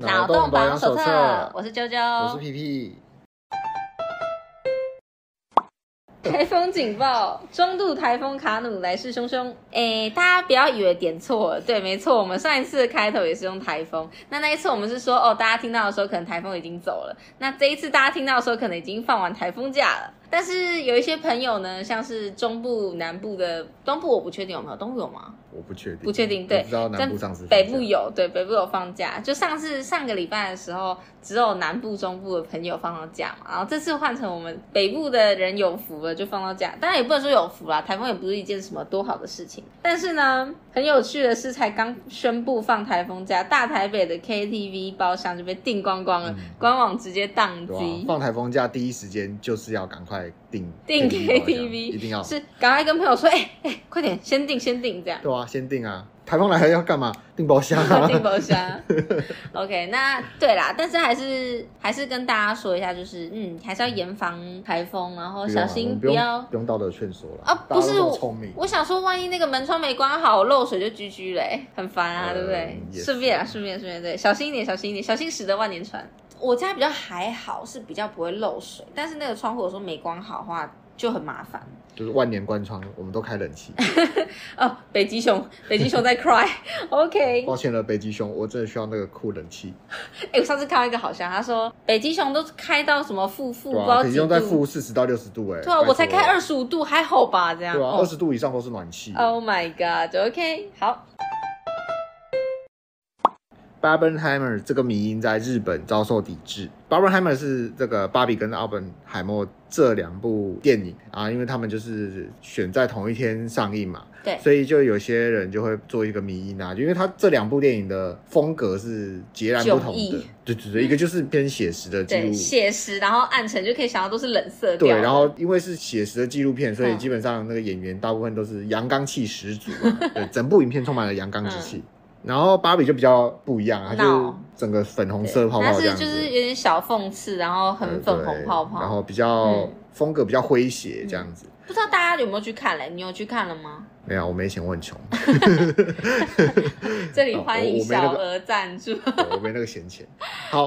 脑洞保养手册我是啾我是啾。皮皮，台风警报，中度台风卡努来势汹汹。哎，大家不要以为点错了，对，没错，我们上一次的开头也是用台风。那那一次我们是说，哦，大家听到的时候可能台风已经走了。那这一次大家听到的时候，可能已经放完台风假了。但是有一些朋友呢，像是中部、南部的，东部我不确定有没有，东部有吗？我不确定，啊不确定，对，我不知道南部上次但北部有，对，北部有放假。就上次上个礼拜的时候，只有南部、中部的朋友放到假嘛，然后这次换成我们北部的人有福了，就放到假。当然也不能说有福啦，台风也不是一件什么多好的事情。但是呢，很有趣的是，才刚宣布放台风假，大台北的 KTV 包厢就被订光光了，嗯官网直接宕对啊机。放台风假第一时间就是要赶快订订订好像 KTV 一定要是赶快跟朋友说，哎、哎、快点，先订先订这样。。对啊，先订啊。台风来了要干嘛？订包厢啊 定包 厢。OK，那对啦，但是还是还是跟大家说一下，就是嗯，还是要严防台风，然后 不用小啊我心们不不用要。不用道德劝说了啊不是大家都这么聪明，我想说，万一那个门窗没关好，漏水就居居嘞、很烦啊，嗯对不对？也是顺便啊，顺便顺便，对，小心一点，小心一点，小心驶得万年船。我家比较还好，是比较不会漏水，但是那个窗户有时候没关好的话就很麻烦。就是万年关窗，我们都开冷气。哦，北极熊， 北极熊在 cry。OK， 抱歉了，北极熊，我真的需要那个酷冷气，哎、我上次看到一个好像，他说北极熊都开到什么负负对不知道啊，可几以度，用在负四十到六十度哎、对啊，我才拜托开二，十五度，还好吧？这样。对啊，哦二十度以上都是暖气。 Oh my god！OK，、好，巴本海默这个迷因在日本遭受抵制。巴本海默是这个芭比跟奥本海默这两部电影啊，因为他们就是选在同一天上映嘛，对所以就有些人就会做一个迷因啊，因为他这两部电影的风格是截然不同迥的异，对对对，一个就是偏写实的记对，录。写实，然后暗沉，就可以想到都是冷色调。对，然后因为是写实的纪录片，所以嗯基本上那个演员大部分都是阳刚气十足、 啊，对，整部影片充满了阳刚之气。然后芭比就比较不一样啊，它就是嗯闹整个粉红对色泡它泡这是样子，就是有点小讽刺，然后很对粉红泡泡。然后比较嗯风格比较诙谐这样子。不知道大家有没有去看嘞？你有去看了 吗？没有，我没钱，我很穷，嗯这里哦欢我迎我没那小个额赞助。对哦我没那个哦闲钱。好，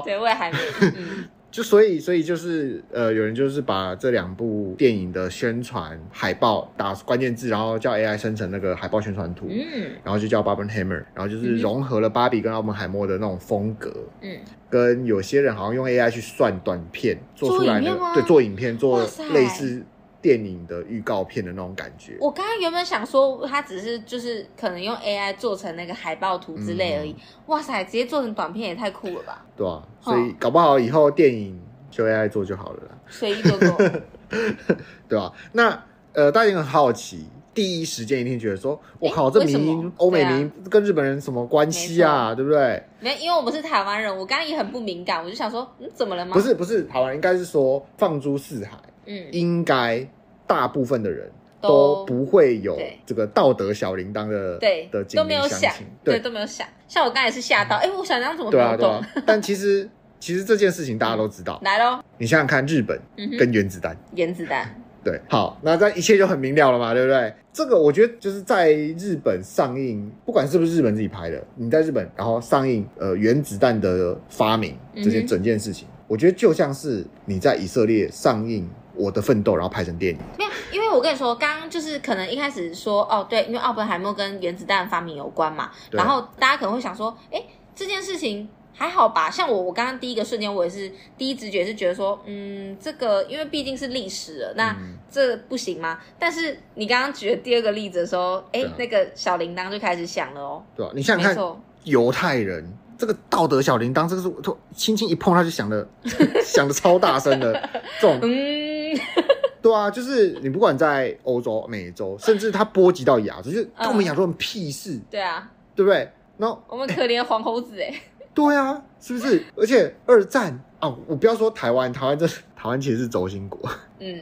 对，我也还没。嗯，就所以所以就是呃，有人就是把这两部电影的宣传海报打关键字，然后叫 AI 生成那个海报宣传图。嗯然后就叫 b a b e n h a m m e r 然后就嗯是哼融合了芭比跟奥本海默的那种风格， 嗯，跟有些人好像用 AI 去算短片做出来做影的片吗，对，做影片做哇塞类似电影的预告片的那种感觉。我刚刚原本想说，它只是就是可能用 AI 做成那个海报图之类而已。嗯哇塞，直接做成短片也太酷了吧！对啊，所以搞不好以后电影就 AI 做就好了啦，随意做做。对吧、那呃，大家也很好奇，第一时间一定觉得说，我靠，诶这为什民么音欧美对啊民音跟日本人什么关系啊？对不对？没，因为我们是台湾人，我刚刚也很不敏感，我就想说，嗯，怎么了吗？不，是不是，台湾应该是说放诸四海，嗯，应该大部分的人。都都不会有对这个道德小铃铛的对的，警都没铃有响想起，对，对都没有想。像我刚才也是吓到，哎，我想想怎么没对啊有对懂啊， 但其实其实这件事情大家都知道，来喽，你想想看，日本 嗯哼，啊跟原子弹，原子弹，对，好，那这样一切就很明了了嘛，对不对？这个我觉得就是在日本上映，不管是不是日本自己拍的，你在日本然后上映，呃，原子弹的发明嗯哼这些整件事情，我觉得就像是你在以色列上映《我的奋斗》，然后拍成电影，没有，因为我跟你说，刚刚就是可能一开始说，哦，对，因为奥本海默跟原子弹发明有关嘛，对啊然后大家可能会想说，哎，这件事情。还好吧，像我，我刚刚第一个瞬间，我也是第一直觉是觉得说，嗯，这个因为毕竟是历史了，那、嗯这不行吗？但是你刚刚举的第二个例子的时候，哎、对啊那个小铃铛就开始响了哦。对吧、啊你想没想看，错，犹太人这个道德小铃铛，这个是我都轻轻一碰，他就响 的响的超大声的这种嗯，对啊，就是你不管在欧洲、美洲，甚至它波及到亚洲，就是嗯跟我们亚洲人屁事，对啊，对不对？然后我们可怜的黄猴子哎、对啊，是不是？而且二战啊，我不要说台湾，台湾这台湾其实是轴心国。 嗯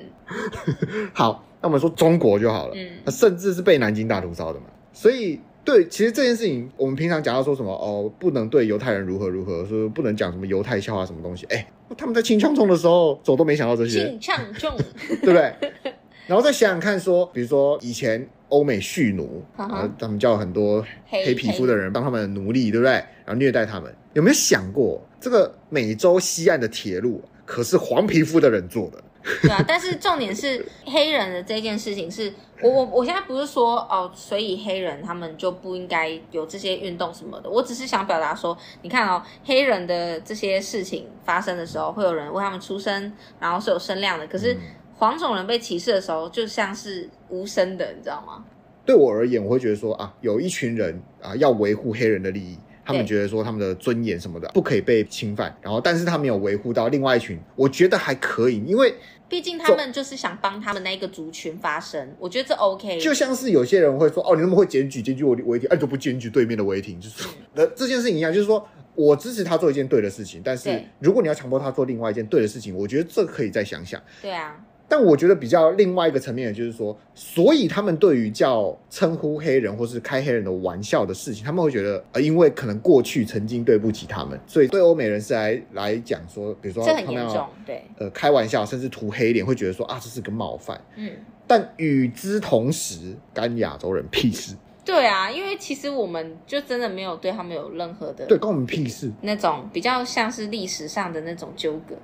好，那我们说中国就好了，嗯那甚至是被南京大屠杀的嘛。所以对，其实这件事情，我们平常讲到说什么哦，不能对犹太人如何如何，说不能讲什么犹太笑话什么东西，哎，他们在清枪冲的时候，总都没想到这些，性呛 重，对不对？ 然后再想想看说，比如说以前欧美蓄奴，嗯然哼后他们叫很多黑黑皮肤的人当他们的奴隶，对不对？然后虐待他们，有没有想过这个美洲西岸的铁路可是黄皮肤的人做的，对啊，但是重点是黑人的这件事情是，我我我现在不是说哦，所以黑人他们就不应该有这些运动什么的，我只是想表达说，你看哦，黑人的这些事情发生的时候，会有人为他们出声，然后是有声量的，可是嗯黄种人被歧视的时候，就像是无声的，你知道吗？对我而言，我会觉得说啊，有一群人啊要维护黑人的利益，他们对觉得说他们的尊严什么的不可以被侵犯，然后但是他没有维护到另外一群，我觉得还可以，因为毕竟他们就是想帮他们那一个族群发声，我觉得这 OK。就像是有些人会说哦，你那么会检举，检举我的违停，哎、你都不检举对面的违停，就是那这件事情一样，就是说我支持他做一件对的事情，但是对如果你要强迫他做另外一件对的事情，我觉得这可以再想想。对啊，但我觉得比较另外一个层面，也就是说，所以他们对于叫称呼黑人或是开黑人的玩笑的事情，他们会觉得，呃，因为可能过去曾经对不起他们，所以对欧美人士来来讲说，比如说这啊他很们严重要，对，呃开玩笑，甚至涂黑脸，会觉得说啊这是个冒犯。嗯。但与之同时，干亚洲人屁事，对啊，因为其实我们就真的没有对他们有任何的对，关我们屁事。那种比较像是历史上的那种纠葛。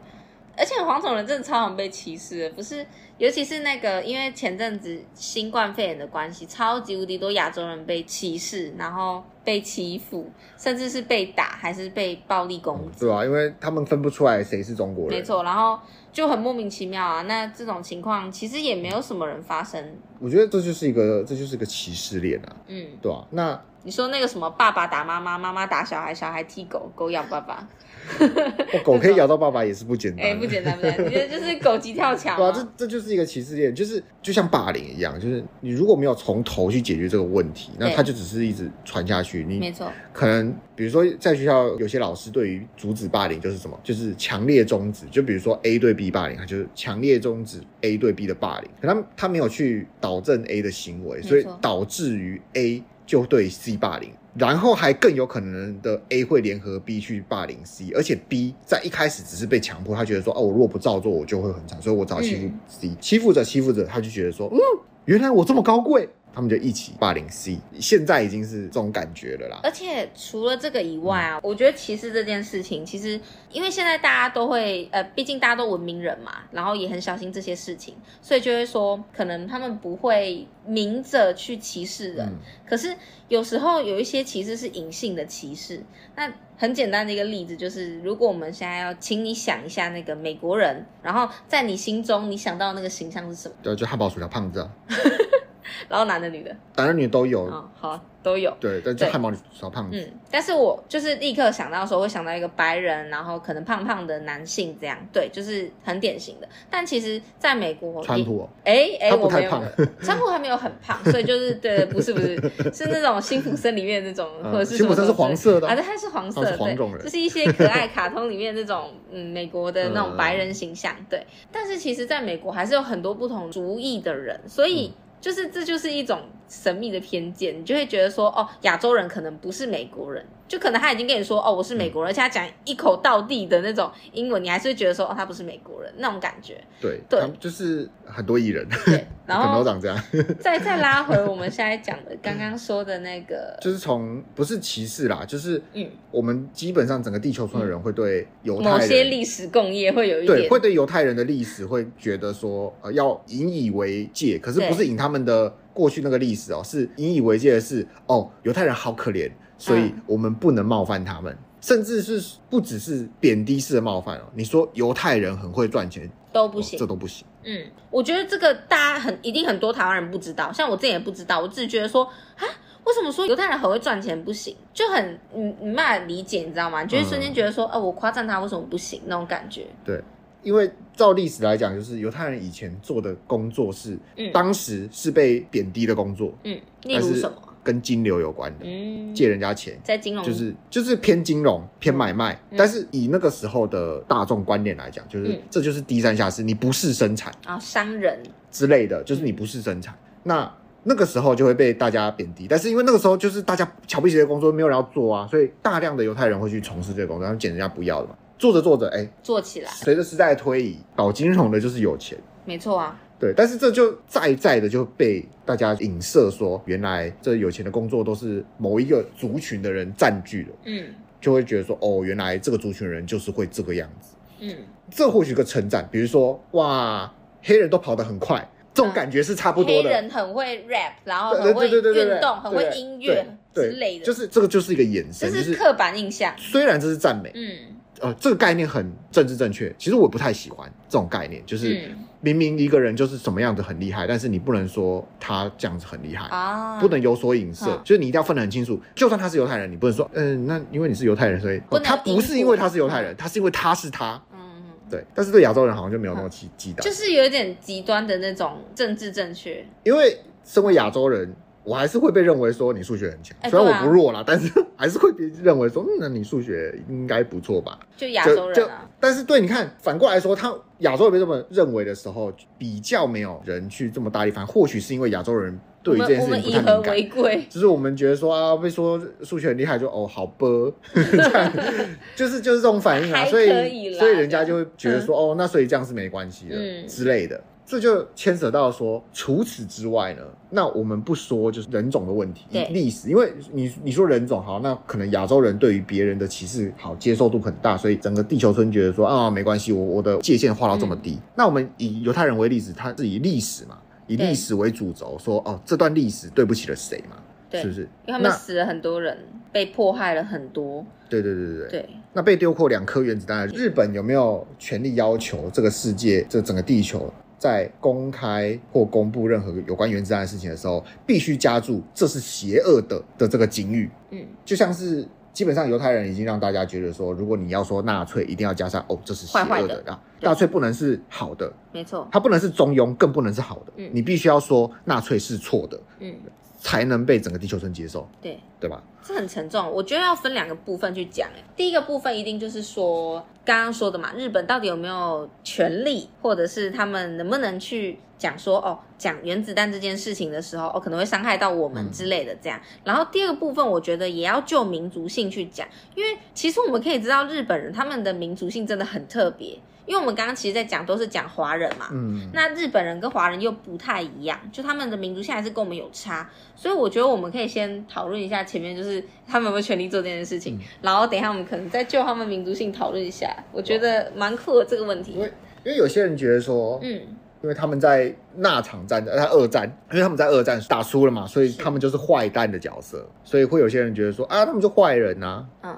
而且黄种人真的超常被歧视的，不是？尤其是那个，因为前阵子新冠肺炎的关系，超级无敌多亚洲人被歧视，然后被欺负，甚至是被打，还是被暴力攻嗯击。对吧、因为他们分不出来谁是中国人。没，错，然后就很莫名其妙啊。那这种情况其实也没有什么人发生。我觉得这就是一个，这就是一个歧视链啊，嗯，对吧、 那你说那个什么爸爸打妈妈，妈妈打小孩，小孩踢狗，狗咬爸爸，哦狗可以咬到爸爸也是不简单。哎、不简单不简 单，你这就是狗急跳墙、对啊，这这就是一个歧视链，就是就像霸凌一样，就是你如果没有从头去解决这个问题，那对它就只是一直传下去。没你错，可能比如说在学校有些老师对于阻止霸凌就是什么，就是强烈终止。就比如说 A 对 B 霸凌，他就是强烈终止 A 对 B 的霸凌，可他他没有去导正 A 的行为，错所以导致于 A 就对 C 霸凌。然后还更有可能的 A 会联合 B 去霸凌 C，而且 B 在一开始只是被强迫，他觉得说哦，我如果不照做，我就会很惨，所以我找欺负嗯 C，、欺负着欺负着，他就觉得说，嗯，原来我这么高贵，他们就一起霸凌 C。现在已经是这种感觉了啦。而且除了这个以外啊，我觉得歧视这件事情，其实因为现在大家都会，呃，毕竟大家都文明人嘛，然后也很小心这些事情，所以就会说，可能他们不会明着去歧视人，嗯可是有时候有一些歧视是隐性的歧视。那很简单的一个例子就是，如果我们现在要，请你想一下那个美国人，然后在你心中你想到那个形象是什么？对，就汉堡、薯条、胖子啊，然后男的女的，男的女的都有。哦，好，都有。对，但就对汉堡、薯条、胖子。嗯，但是我就是立刻想到说，会想到一个白人，然后可能胖胖的男性这样，对，就是很典型的。但其实在美国，川普哦，哎哎，他不我太没有胖， 川普还没有很胖，所以就是对，对不是不是，是那种辛普森里面那种， 嗯或者是辛普森什么是黄色的啊，对，他是黄色他的，哦是黄种人对就是一些可爱卡通里面那种， 嗯，美国的那种白人形嗯象，对。但是其实在美国还是有很多不同族裔的人，所以。嗯就是这就是一种神秘的偏见，你就会觉得说，哦，亚洲人可能不是美国人，就可能他已经跟你说，哦，我是美国人，而且他讲一口到地的那种英文，你还是会觉得说，哦，他不是美国人那种感 觉。对，对他们就是很多艺人，对，然很后多长这样， 再再拉回我们现在讲的，刚刚说的那个，就是从不是歧视啦，就是嗯，我们基本上整个地球村的人会对犹太某人些历史共业会有一对，点会对犹太人的历史会觉得说，呃，要引以为戒，可是对不是引他们的过去那个历史哦，是引以为戒的是，哦，犹太人好可怜，所以嗯我们不能冒犯他们，甚至是不只是贬低式的冒犯哦，你说犹太人很会赚钱，都不哦行这。都不行。嗯，我觉得这个大家很一定很多台湾人不知道，像我自己也不知道，我自己觉得说啊，为什么说犹太人很会赚钱不行，就很嗯你你没办法理解，你知道吗？就会瞬间觉得说，哦、我夸赞他为什么不行那种感觉。因为照历史来讲，就是犹太人以前做的工作是，嗯当时是被贬低的工作，嗯，例但如是什么？跟金流有关的，嗯，借人家钱，在金融就是就是偏金融偏买卖，嗯但是以那个时候的大众观念来讲，就是、嗯这就是低三下四，你不是生产啊、商人，之类的，就是你嗯不是生产，那那个时候就会被大家贬低。但是因为那个时候就是大家瞧不起这个工作，没有人要做啊，所以大量的犹太人会去从事这个工作，他们捡人家不要的嘛。做着做着，哎、做起来，随着时代的推移，搞金融的就是有钱。没错啊，对，但是这就再再的就被大家影射说，原来这有钱的工作都是某一个族群的人占据了。嗯，就会觉得说，哦，原来这个族群人就是会这个样子。嗯，这或许一个称赞，比如说，哇，黑人都跑得很快，这种感觉是差不多黑的。人很会 rap，然后对很会对对对对对，运动，很会音乐之对对类的，就是这个就是一个眼神，这就是刻板印象。虽然这是赞美，嗯呃，这个概念很政治正确，其实我不太喜欢这种概念，就是嗯明明一个人就是什么样子很厉害，但是你不能说他这样子很厉害。啊，不能有所影射嗯，就是你一定要分得很清楚。就算他是犹太人，你不能说，嗯，那因为你是犹太人，所以哦不能嗯他不是因为他是犹太人，因他是因为他是他。嗯，嗯对，但是对亚洲人好像就没有那么忌忌惮就，是有点极端的那种政治正确。因为身为亚洲人，我还是会被认为说你数学很强，哎虽然对我啊不弱啦，但是还是会被认为说，嗯，那你数学应该不错吧？就亚就洲就人啊，但是对，你看，反过来说，他亚洲人被这么认为的时候，比较没有人去这么大力反，或许是因为亚洲人对于这件我事们情不以太和敏感为。贵，就是我们觉得说啊，被说数学很厉害就，哦好啵， 这样就是就是这种反应啊，还所可以啦以所以人家就会觉得说、哦，那所以这样是没关系的、嗯之类的，这就牵扯到说，除此之外呢，那我们不说就是人种的问题对，历史，因为你你说人种好，那可能亚洲人对于别人的歧视好接受度很大，所以整个地球村觉得说啊没关系，我我的界限画到嗯这么低。那我们以犹太人为例子，它是以历史嘛。以对历史为主轴，说哦，这段历史对不起了谁嘛？对，是不因是？为那他们死了很多人，被迫害了很多，对对对对对。对，那被丢过两颗原子弹，日本有没有权利要求这个世界、这整个地球在公开或公布任何有关原子弹的事情的时候，必须加注这是邪恶的的这个警语？嗯，就像是基本上犹太人已经让大家觉得说，如果你要说纳粹，一定要加上哦，这是邪恶坏坏的的啊，纳粹不能是好的，没错，它不能是中庸，更不能是好的，嗯你必须要说纳粹是错的，嗯，才能被整个地球村接受，对。对吧？这很沉重，我觉得要分两个部分去讲。哎，第一个部分一定就是说刚刚说的嘛，日本到底有没有权利，或者是他们能不能去讲说哦，讲原子弹这件事情的时候，哦可能会伤害到我们嗯之类的这样。然后第二个部分，我觉得也要就民族性去讲，因为其实我们可以知道日本人他们的民族性真的很特别，因为我们刚刚其实在讲都是讲华人嘛，嗯，那日本人跟华人又不太一样，就他们的民族性还是跟我们有差，所以我觉得我们可以先讨论一下前面就是他们有没有权利做这件事情，嗯然后等一下我们可能再就他们民族性讨论一下，我觉得蛮酷的这个问因题。为因为有些人觉得说，嗯，因为他们在那场战争，在二战，因为他们在二战打输了嘛，所以他们就是坏蛋的角色，所以会有些人觉得说啊，他们就坏人啊，嗯，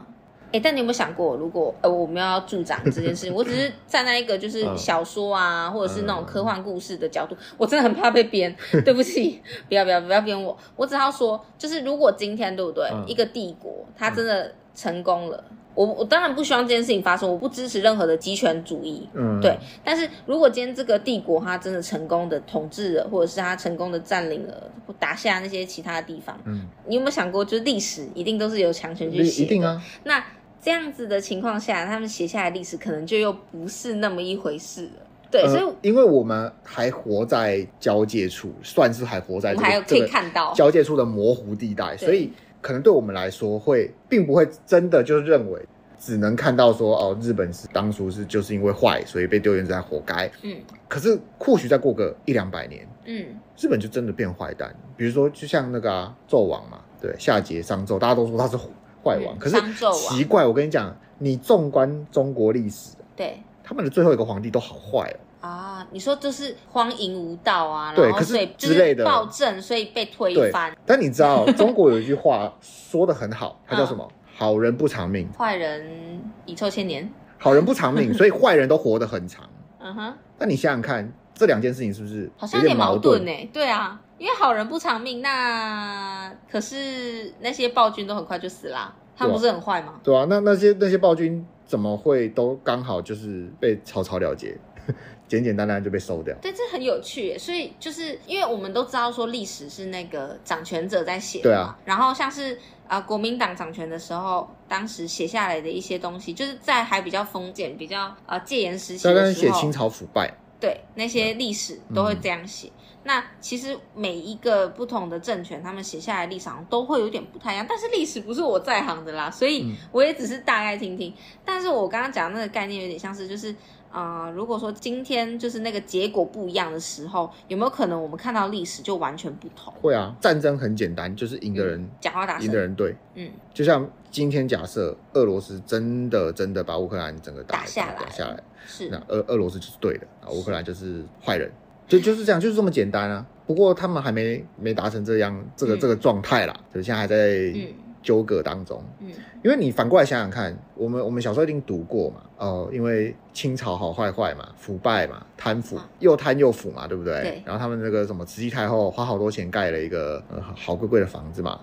哎，但你有没有想过，如果呃我们要助长这件事情，我只 是站在一个就是嗯小说啊，或者是那种科幻故事的角度，我真的很怕被编， 对不起，不要不要不要编我，我只要说，就是如果今天对不对，嗯一个帝国它真的成功了。我我当然不希望这件事情发生，我不支持任何的集权主义，嗯，对，但是如果今天这个帝国它真的成功的统治了，或者是它成功的占领了、打下那些其他的地方，嗯，你有没有想过，就是历史一定都是由强权去写一的？定啊，那这样子的情况下，他们写下来的历史可能就又不是那么一回事了。对，呃所以我因为我们还活在交界处，算是还活在们这还有个可这以个看到，交界处的模糊地带，所以可能对我们来说会，并不会真的就认为。只能看到说哦，日本是当初是就是因为坏，所以被丢原子弹活该。嗯可是或许再过个一两百年，嗯，日本就真的变坏蛋。比如说，就像那个啊，纣王嘛，对，夏桀、商纣，大家都说他是坏王，嗯可是商纣王奇怪，我跟你讲，你纵观中国历史，对他们的最后一个皇帝都好坏哦。啊，你说就是荒淫无道啊，对然后可是所以就之类的是暴政，所以被推对翻，但你知 道，中国有一句话说的很好，嗯它叫什么？好人不长命，坏人遗臭千年。好人不长 命，所以坏人都活得很长。嗯哼，那你想想看，这两件事情是不是好像有有点点矛盾盾呢、？对啊，因为好人不长命，那可是那些暴君都很快就死啦，他们对啊不是很坏吗？对啊，那那些那些暴君怎么会都刚好就是被草草了结， 简简单单就被收掉？对，这很有趣耶。所以就是因为我们都知道说历史是那个掌权者在写的对嘛，啊然后像是啊、呃国民党掌权的时候，当时写下来的一些东西，就是在还比较封建、比较呃戒严时期刚刚的时写候，清朝腐败，对那些历史都会这样嗯写。那其实每一个不同的政权，他们写下来的历史好像都会有点不太一样，但是历史不是我在行的啦，所以嗯我也只是大概听听。但是我刚刚讲的那个概念有点像是，就是啊、如果说今天就是那个结果不一样的时候，有没有可能我们看到历史就完全不同？会啊，战争很简单，就是赢的人嗯讲话大赢的声，人对。嗯，就像今天假设俄罗斯真的真的把乌克兰整个打打下来打下来，是那俄俄罗斯就是对的啊，乌克兰就是坏人，就就是这样，就是这么简单啊。不过他们还没没达成这样这个、嗯这个状态啦，就现在还在嗯纠葛当中。嗯因为你反过来想想看，我们我们小时候一定读过嘛，哦、因为清朝好坏坏嘛，腐败嘛，贪腐啊，又贪又腐嘛，对不对？对然后他们那个什么慈禧太后花好多钱盖了一个、呃、好贵贵的房子嘛，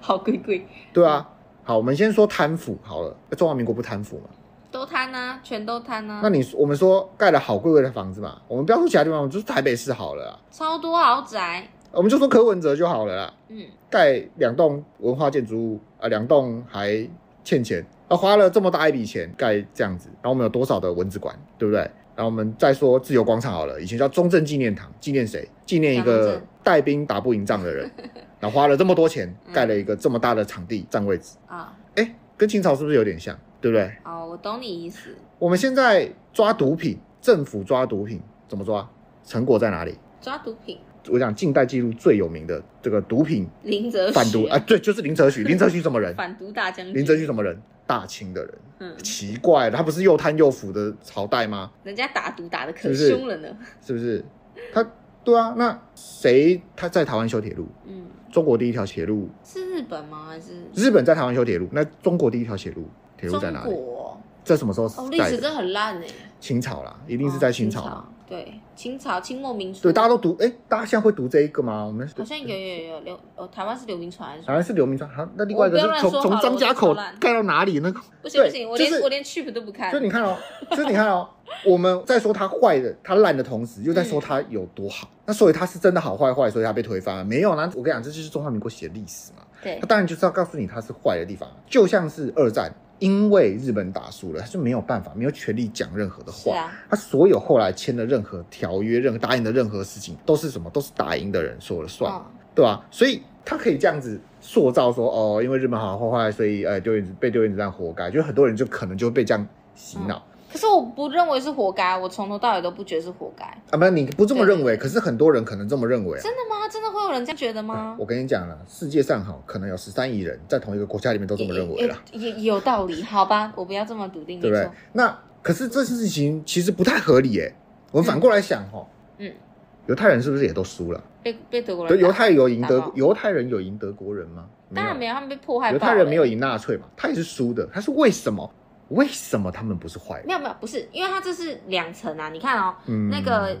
好贵贵，对啊。好，我们先说贪腐好了，中华民国不贪腐嘛？都贪啊，全都贪啊，那你我们说盖了好贵贵的房子嘛，我们不要说其他地方，我们就是台北市好了啦，啊超多豪宅，我们就说柯文哲就好了啊啦，嗯，盖两栋文化建筑物啊，两栋还欠钱，啊，花了这么大一笔钱盖这样子，然后我们有多少的蚊子馆，对不对？然后我们再说自由广场好了，以前叫中正纪念堂，纪念谁？纪念一蒋中个正带兵打不赢 仗的人，然后花了这么多钱嗯盖了一个这么大的场地占位置，啊、哎，跟清朝是不是有点像？对不对？哦，我懂你意思，我们现在抓毒品，政府抓毒品怎么抓？成果在哪里？抓毒品，我讲近代记录最有名的这个毒品林则徐反毒啊，对，就是林则徐。林则徐什么人？反毒大将军，林则徐什么人？大清的人。嗯，奇怪了，他不是又贪又腐的朝代吗？人家打赌打的是可不是凶了呢，是不是？他对啊，那谁他在台湾修铁路？嗯，中国第一条铁路，是日本吗？还是日本在台湾修铁路，那中国第一条铁路，铁路中在哪里？国？这什么时候哦，时历代史哦的？真的很烂哎，清朝啦，一一定是在清朝嘛。对，清朝清末民初，对，大家都读，哎，大家现在会读这一个吗？我们好像有有有刘，哦，台湾是刘铭传还是什好么？像是刘铭传，好，那另外一个我不是要从乱说从好了张家口我就乱盖到哪里那个？不行不对行，我连、就是我连 c h 都不看，就你看哦， 就你看哦，我们在说他坏的、他烂的同时，又在说他有多好。那所以他是真的好坏坏，所以他被推翻了没有呢？我跟你讲，这就是中华民国写的历史嘛。对他当然就是要告诉你他是坏的地方，就像是二战，因为日本打输了，他就没有办法，没有权利讲任何的是话。啊，他所有后来签的任何条约、任何答应的任何事情，都是什么？都是打赢的人说了算。嗯对吧、所以他可以这样子塑造说，哦，因为日本好坏坏，所以呃丢原子被丢原子弹活该，就很多人就可能就被这样洗脑、可是我不认为是活该，我从头到尾都不觉得是活该，啊，不，你不这么认对为，可是很多人可能这么认为啊。哎真的吗？真的会有人这样觉得吗？我跟你讲了，世界上哈可能有十三亿人在同一个国家里面都这么认为也了，也也有道理，好吧，我不要这么笃定，对不没对错，？那可是这件事情其实不太合理耶。我们反过来想哈，嗯，犹太人是不是也都输了？被被德国人对，打犹太有赢打德爆，犹太人有赢德国人吗？当然没有，他们被迫害爆了，犹太人没有赢纳粹嘛，他也是输的，他是为什么？为什么他们不是坏人？没有没有，不是，因为它这是两层啊。你看哦，嗯那个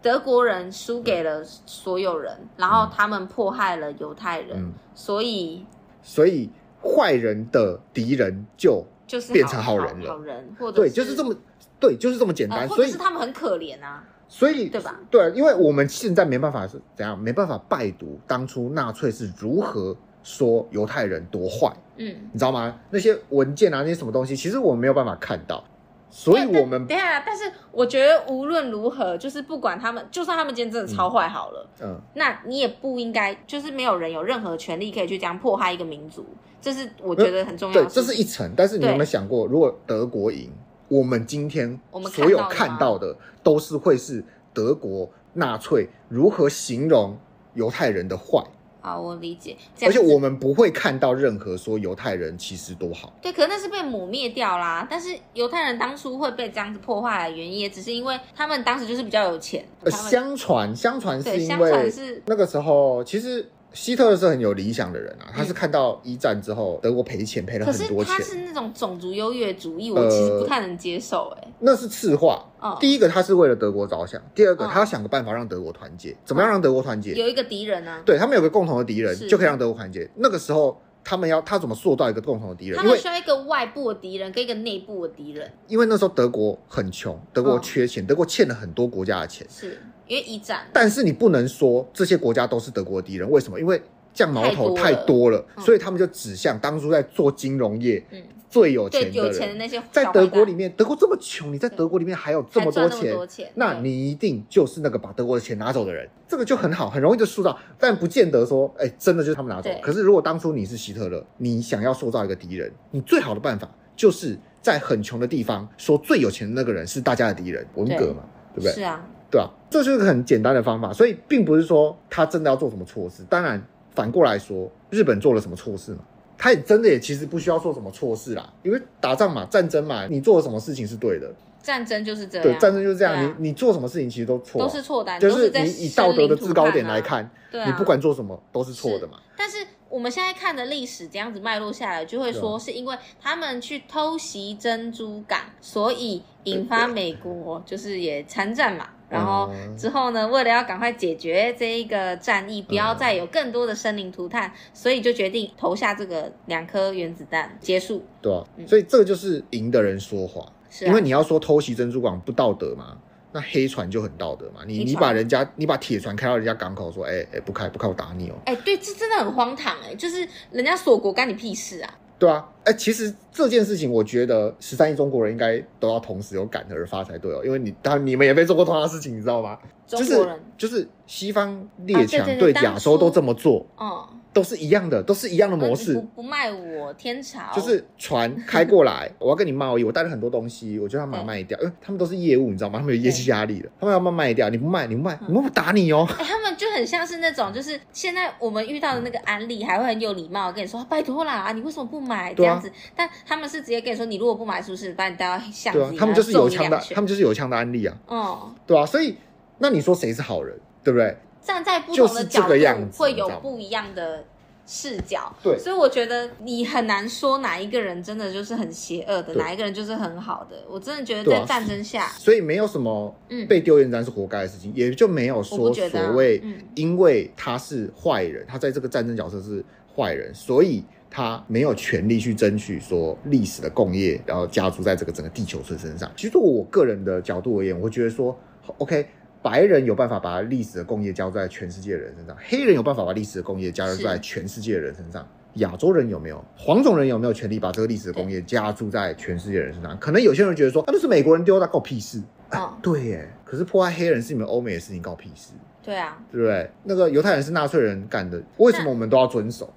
德国人输给了所有人，然后他们迫害了犹太人，嗯，所以所以坏人的敌人就就是变成好好人了好人或者对，就是这么么对，就是这么简单。呃，或所者以是他们很可怜啊。所以对吧？对，因为我们现在没办法是怎样，没办法拜读当初纳粹是如何说犹太人多坏，嗯，你知道吗？那些文件啊，那些什么东西，其实我们没有办法看到，所以但但我们等一下，但是我觉得无论如何，就是不管他们，就算他们今天真的超坏好了，嗯，那你也不应该，就是没有人有任何权利可以去这样迫害一个民族，这是我觉得很重要对的，这事情。是一层。但是你有对没有想过，如果德国赢，我们今天我们看所有到的吗看到的都是会是德国纳粹如何形容犹太人的坏，好，我理解。这而样且子我们不会看到任何说犹太人其实多好。对，可是那是被抹灭掉啦。但是犹太人当初会被这样子破坏的原因，也只是因为他们当时就是比较有钱，呃，他们相传相传对是因相为传是那个时候其实。希特勒是很有理想的人啊，他是看到一战之后德国赔钱赔嗯了可很是多他钱，呃是那种种族优越主义，我其实不太能接受、欸。哎、那是次话。哦第一个他是为了德国着想，第二个嗯他要想个办法让德国团结，怎么样让德国团结？啊有一个敌人啊，对他们有个共同的敌人是，就可以让德国团结。那个时候，他们要他怎么塑造一个共同的敌人他？因们为需要一个外部的敌人跟一个内部的敌人，因为那时候德国很穷，德嗯国缺钱，德国欠了很多国家的钱。是因为一战，但是你不能说这些国家都是德国的敌人，为什么？因为这样矛头太太多多了，嗯所以他们就指向当初在做金融业嗯，最有对钱有的钱的人。那些在小德坏国蛋里面，德国这么穷，你在对德国里面还有这还么赚多那么钱，多钱，那对你一定就是那个把德国的钱拿走的人，这个就很好，很容易就塑造，但不见得说，哎、真的就是他们拿走对。可是如果当初你是希特勒，你想要塑造一个敌人，你最好的办法就是在很穷的地方说最有钱的那个人是大家的敌人，文革嘛，对不对？是啊，对啊，这就是个很简单的方法，所以并不是说他真的要做什么措施。当然，反过来说，日本做了什么措施嘛？他也真的也其实不需要做什么措施啦，因为打仗嘛，战争嘛，你做了什么事情是对的，战争就是这样，对，战争就是这样，对啊你你做什么事情其实都错啊、都是错单，就都是是在你以道德的制高点生来灵涂炭啊，看，对啊，你不管做什么都是错的嘛。但是我们现在看的历史这样子脉络下来，就会啊说是因为他们去偷袭珍珠港，所以引发美国就是也参战嘛。然后嗯之后呢，为了要赶快解决这一个战役，不要再有更多的生灵涂炭，所以就决定投下这个两颗原子弹，结束。对啊嗯，所以这个就是赢的人说话，是、啊，因为你要说偷袭珍珠港不道德嘛，那黑船就很道德嘛。黑你你船把人家你把铁船开到人家港口说，哎、哎、不开不开我打你哦、哎、对，这真的很荒唐哎、就是人家锁国干你屁事啊！对啊，哎、其实这件事情我觉得十三亿中国人应该都要同时有感而发才对哦，因为你当然你们也被做过同样的事情，你知道吗？中就是国人，就是西方列强啊对对对对当亚洲初都这么做，哦，都是一样的，都是一样的模式不。不卖我天朝，就是船开过来， 我要跟你贸易，我带了很多东西，我就要把它对卖掉，因为他们都是业务，你知道吗？他们有业绩压力的，他们要慢慢卖掉，你不卖，你不卖，嗯我不打你哦。 哎、他们就很像是那种，就是现在我们遇到的那个安利，还会很有礼貌地跟你说：“啊拜托啦，你为什么不买？”这对啊样子，但他们是直接跟你说：“你如果不买，是不是把你带到巷子对里？”啊，他们就是有枪然后，揍你的他两拳们就是有枪的案例啊，嗯，对啊，所以那你说谁是好人，对不对？站在不同就的是角这度个样子会你知道有吗不一样的视角。对所以我觉得你很难说哪一个人真的就是很邪恶的，对哪一个人就是很好的。我真的觉得对在啊战争下，所以没有什么嗯被丢原子弹是活该的事情，也就没有我不说觉得啊所谓嗯因为他是坏人，他在这个战争角色是坏人，所以他没有权利去争取说历史的共业，然后加诸在这个整个地球村身上。其实，从我个人的角度而言，我会觉得说，OK。白人有办法把历史的共业加入在全世界的人身上，黑人有办法把历史的共业加入是在全世界的人身上，亚洲人有没有，黄种人有没有权利把这个历史的对工业加注在全世界人身上？可能有些人觉得说，那、都是美国人丢的，关我屁事。嗯，对耶，可是迫害黑人是你们欧美的事情，关我屁事，对啊，对不对？那个犹太人是纳粹人干的，为什么我们都要遵守？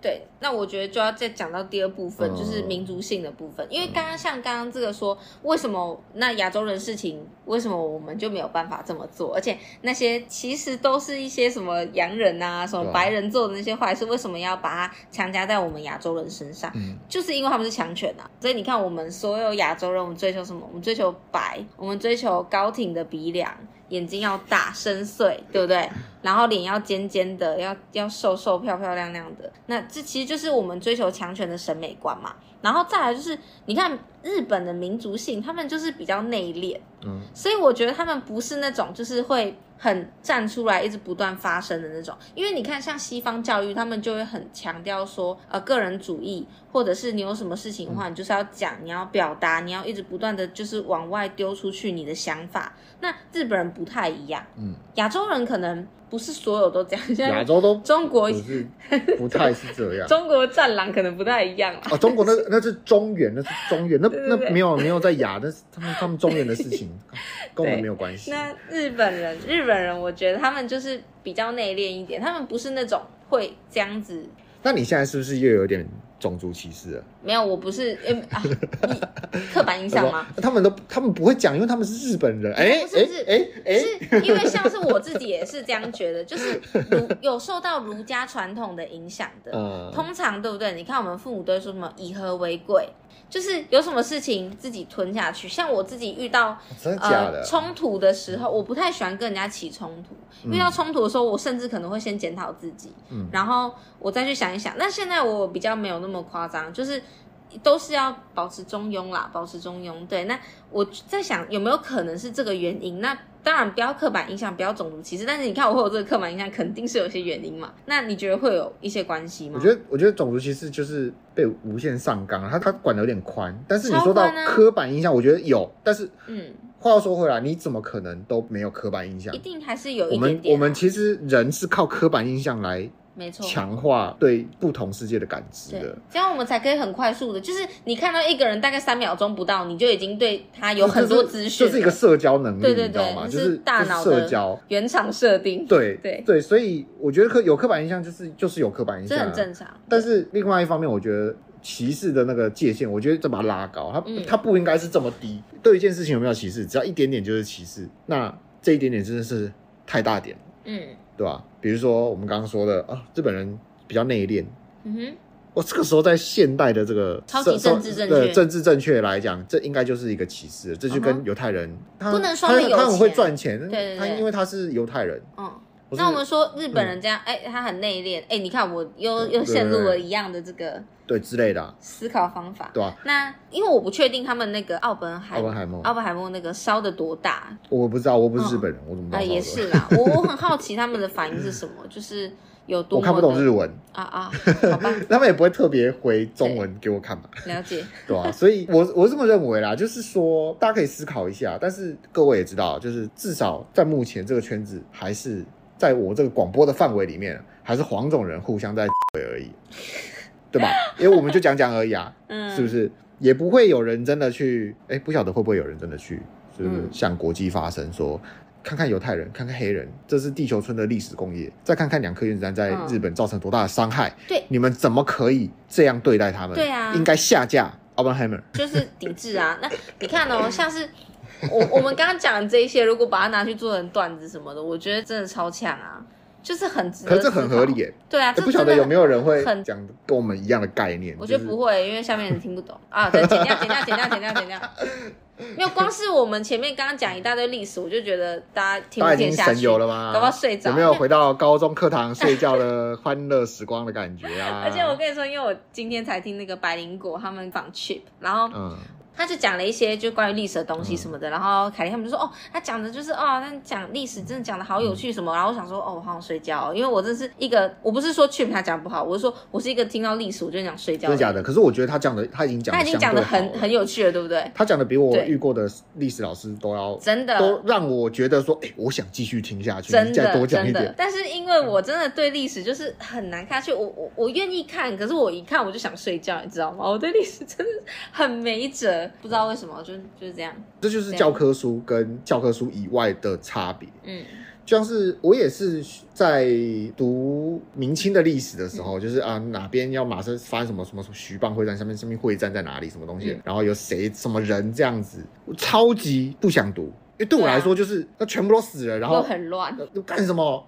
对，那我觉得就要再讲到第二部分，嗯就是民族性的部分。因为刚刚像刚刚这个说，为什么那亚洲人事情，为什么我们就没有办法这么做？而且那些其实都是一些什么洋人啊、什么对啊白人做的那些坏事，为什么要把它强加在我们亚洲人身上？嗯，就是因为他们是强权啊，所以你看，我们所有亚洲人，我们追求什么？我们追求白，我们追求高挺的鼻梁，眼睛要大深邃，对不对？然后脸要尖尖的，要要瘦瘦漂漂亮亮的。那这其实就是我们追求强权的审美观嘛。然后再来就是，你看日本的民族性，他们就是比较内敛，嗯，所以我觉得他们不是那种就是会很站出来一直不断发声的那种，因为你看像西方教育，他们就会很强调说，呃，个人主义，或者是你有什么事情的话，你就是要讲，你要表达，你要一直不断的就是往外丢出去你的想法。那日本人不太一样，嗯，亚洲人可能不是所有都这样， 像亚洲都中国不是不太是这样。啊 中国战狼可能不太一样啦。哦，中国那那是中原，那是中原，那对对那对没有没有在亚，那是他们他们中原的事 情，跟我们没有关系。那日本人，日本人，我觉得他们就是比较内敛一点，他们不是那种会这样子那你现在是不是又有点种族歧视了？没有，我不是，呃、啊， 你刻板印象吗？他们都他们不会讲，因为他们是日本人。哎不是哎不是哎哎，是因为像是我自己也是这样觉得，就是 儒有受到儒家传统的影响的。嗯，通常对不对？你看我们父母都会说什么“以和为贵”，就是有什么事情自己吞下去。像我自己遇到真的假呃的？冲突的时候，我不太喜欢跟人家起冲突。嗯遇到冲突的时候，我甚至可能会先检讨自己，嗯然后我再去想一想。那现在我比较没有那么夸张，就是都是要保持中庸啦，保持中庸。对，那我在想有没有可能是这个原因？那当然不要刻板印象，不要种族歧视。但是你看我会有这个刻板印象，肯定是有一些原因嘛。那你觉得会有一些关系吗？我觉得，我觉得种族歧视就是被无限上纲，他他管的有点宽。但是你超说到宽啊刻板印象，我觉得有。但是嗯，话又说回来，你怎么可能都没有刻板印象一？定还是有我一们点点啊、我们其实人是靠刻板印象来没错，强化对不同世界的感知对的。，这样我们才可以很快速的，就是你看到一个人大概三秒钟不到，你就已经对他有很多资讯这了，是一个社交能力，对对你知道吗？对就这是是大脑就的是社交。原厂设定，对对对，所以我觉得刻有刻板印象就是就是有刻板印这象啊，很正常。但是另外一方面，我觉得歧视的那个界限，我觉得再把它拉高，它、嗯它不应该是这么低。对一件事情有没有歧视，只要一点点就是歧视，那这一点点真的是太大点了，嗯对吧？比如说我们刚刚说的啊，日本人比较内敛，嗯哼，我这个时候在现代的这个超级社政治正确对政治正确来讲，这应该就是一个歧视了，这就嗯跟哼犹太人他不能说他他们有他很会钱赚钱，对对他对因为他是犹太人，嗯。不是嗯那我们说日本人这样，哎、他很内敛，哎、你看我又又陷入了一样的这个对之类的啊、思考方法。对吧、那因为我不确定他们那个奥本海啊奥本海默奥本海默那个烧的多大我不知道，我不是日本人，我怎么知啊、道？也是，啦。我我很好奇他们的反应是什么，就是有多我么的看不懂日文，啊啊，好 吧，他们也不会特别回中文给我看吧，了解。对吧、所以我我是这么认为啦，就是说大家可以思考一下，但是各位也知道，就是至少在目前这个圈子，还是在我这个广播的范围里面，还是黄种人互相在 而已，对吧？因为我们就讲讲而已啊，嗯，是不？是？也不会有人真的去，哎、不晓得会不会有人真的去，就是嗯向国际发声说，看看犹太人，看看黑人，这是地球村的历史工业，再看看两颗原子弹在嗯日本造成多大的伤害，对你们怎么可以这样对待他们？对啊应该下架 Oppenheimer。就是抵制啊。那你看哦，像是我我们刚刚讲的这一些，如果把它拿去做成段子什么的，我觉得真的超强啊，就是很值得。可是这很合理。耶、对啊，诶这不晓得真的有没有人会很讲跟我们一样的概念？我觉得就是不会，因为下面人听不懂啊。对，剪掉，剪掉，剪掉，剪掉，剪掉。没有，光是我们前面刚刚讲一大堆历史，我就觉得大家听大不家已听经下神去，游了吗？搞不好睡着。有没有回到高中课堂睡觉的欢乐时光的感觉 啊？而且我跟你说，因为我今天才听那个百灵果他们访 Chip，然后嗯，他就讲了一些就关于历史的东西什么的，然后凯莉他们就说哦，他讲的就是哦，他讲历史真的讲的好有趣什么，然后我想说哦，我好想睡觉、哦，因为我真是一个，我不是说 Chip 他讲不好，我是说我是一个听到历史我就想睡觉真的假的，的？可是我觉得他讲的他已经讲他得已经讲相对的好很了很有趣了，对不对？他讲的比我对遇过的历史老师都要，真的，都让我觉得说，哎、我想继续听下去，真你再多的讲一真的点，。但是因为我真的对历史就是很难看下去，我我我愿意看，可是我一看我就想睡觉，你知道吗？我对历史真的很没辙，不知道为什么，就就是这样。这就是对教科书跟教科书以外的差别。嗯就像是我也是在读明清的历史的时候，嗯就是啊哪边要马上发生什么什么什么徐蚌会战，上面上面会战在哪里，什么东西，嗯然后有谁什么人这样子，我超级不想读，因为对我来说就是、那全部都死了，然又后啊很乱，那干什么？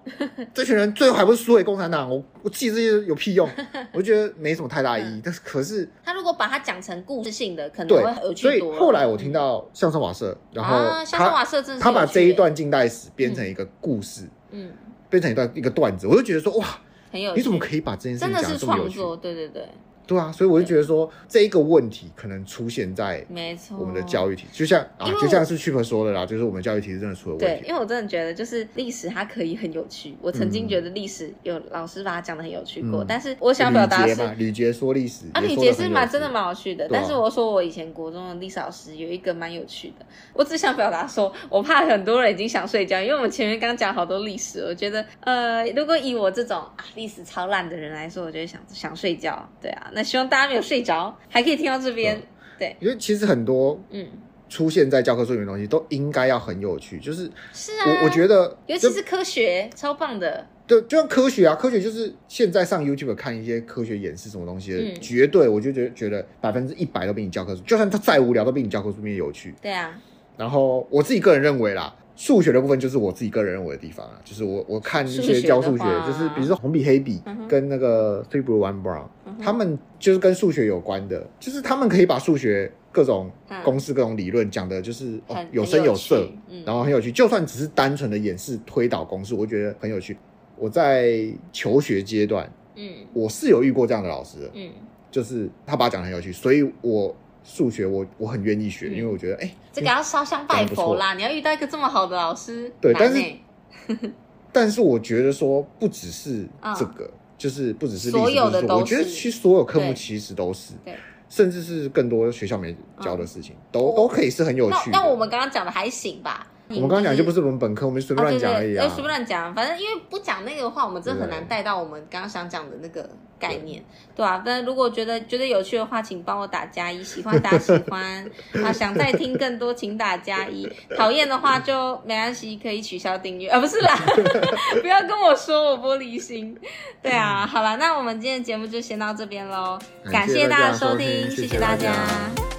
这群人最后还不是输给共产党？我我记这些有屁用？我就觉得没什么太大嗯意义。但是可是他如果把它讲成故事性的，可能对会，有所趣以多了。嗯后来我听到相声瓦舍，然后啊，相他、声瓦舍真的是他把有趣这一耶，段近代史编成一个故事，嗯，编成一段一个段子，我就觉得说哇，很有趣，你怎么可以把这件事真情的讲是得这么有创趣？作？对对对，对啊，所以我就觉得说这一个问题可能出现在没错。我们的教育体，就像啊哦因为，就我像是 Chip 说的啦，就是我们教育体制真的出了问对，题。因为我真的觉得，就是历史它可以很有趣。我曾经觉得历史有老师把它讲的很有趣过，嗯但是我想表达吕的杰是嘛，吕杰说历史啊，也李说杰得很是有蛮趣真的蛮有趣的，对啊但是我说我以前国中的历史老师有一个蛮有趣的，我只想表达说，我怕很多人已经想睡觉，因为我们前面刚讲好多历史，我觉得呃，如果以我这种啊历史超烂的人来说，我觉得想想睡觉，对啊，那希望大家没有睡着，还可以听到这边，啊因为其实很多嗯，出现在教科书里面的东西都应该要很有趣，就是是啊，我我觉得，尤其是科学超棒的，对，就像科学啊，科学就是现在上 YouTube 看一些科学演示什么东西的，嗯绝对我就觉得觉得百分之一百都比你教科书，就算它再无聊，都比你教科书里面有趣。对啊，然后我自己个人认为啦，数学的部分就是我自己个人认为的地方啊，就是我我看一数学些的教数学，话就是比如说红笔黑笔嗯哼跟那个 Three Blue One Brown，、嗯哼他们就是跟数学有关的，就是他们可以把数学各种嗯公式、各种理论讲的，就是、哦很有声有色，，很趣嗯然后很有趣。就算只是单纯的演示推导公式，我觉得很有趣。我在求学阶段，嗯我是有遇过这样的老师的，嗯，就是他把它讲得很有趣，所以我数学我我很愿意学，嗯因为我觉得哎、这个要烧香拜佛啦，你要遇到一个这么好的老师，对难但是欸但是我觉得说不只是这个，就是不只是历史嗯所有的不只是都我觉得是其实所有科目对其实都是对，甚至是更多学校没教的事情，都嗯都可以是很有那趣的那我们刚刚讲的还行吧？我们刚刚讲你就不是我们本科，我们随便乱讲而哦已对对啊呃。随便乱讲，反正因为不讲那个的话，我们真的很难带到我们刚刚想讲的那个概念，对啊，但如果觉得觉得有趣的话，请帮我打加一，喜欢打喜欢 啊，想再听更多请打加一，讨厌的话就没关系，可以取消订阅啊，不是啦， 不要跟我说我玻璃心，对啊，好了，那我们今天的节目就先到这边喽，感嗯感谢大家大家收收听谢谢谢谢大大家家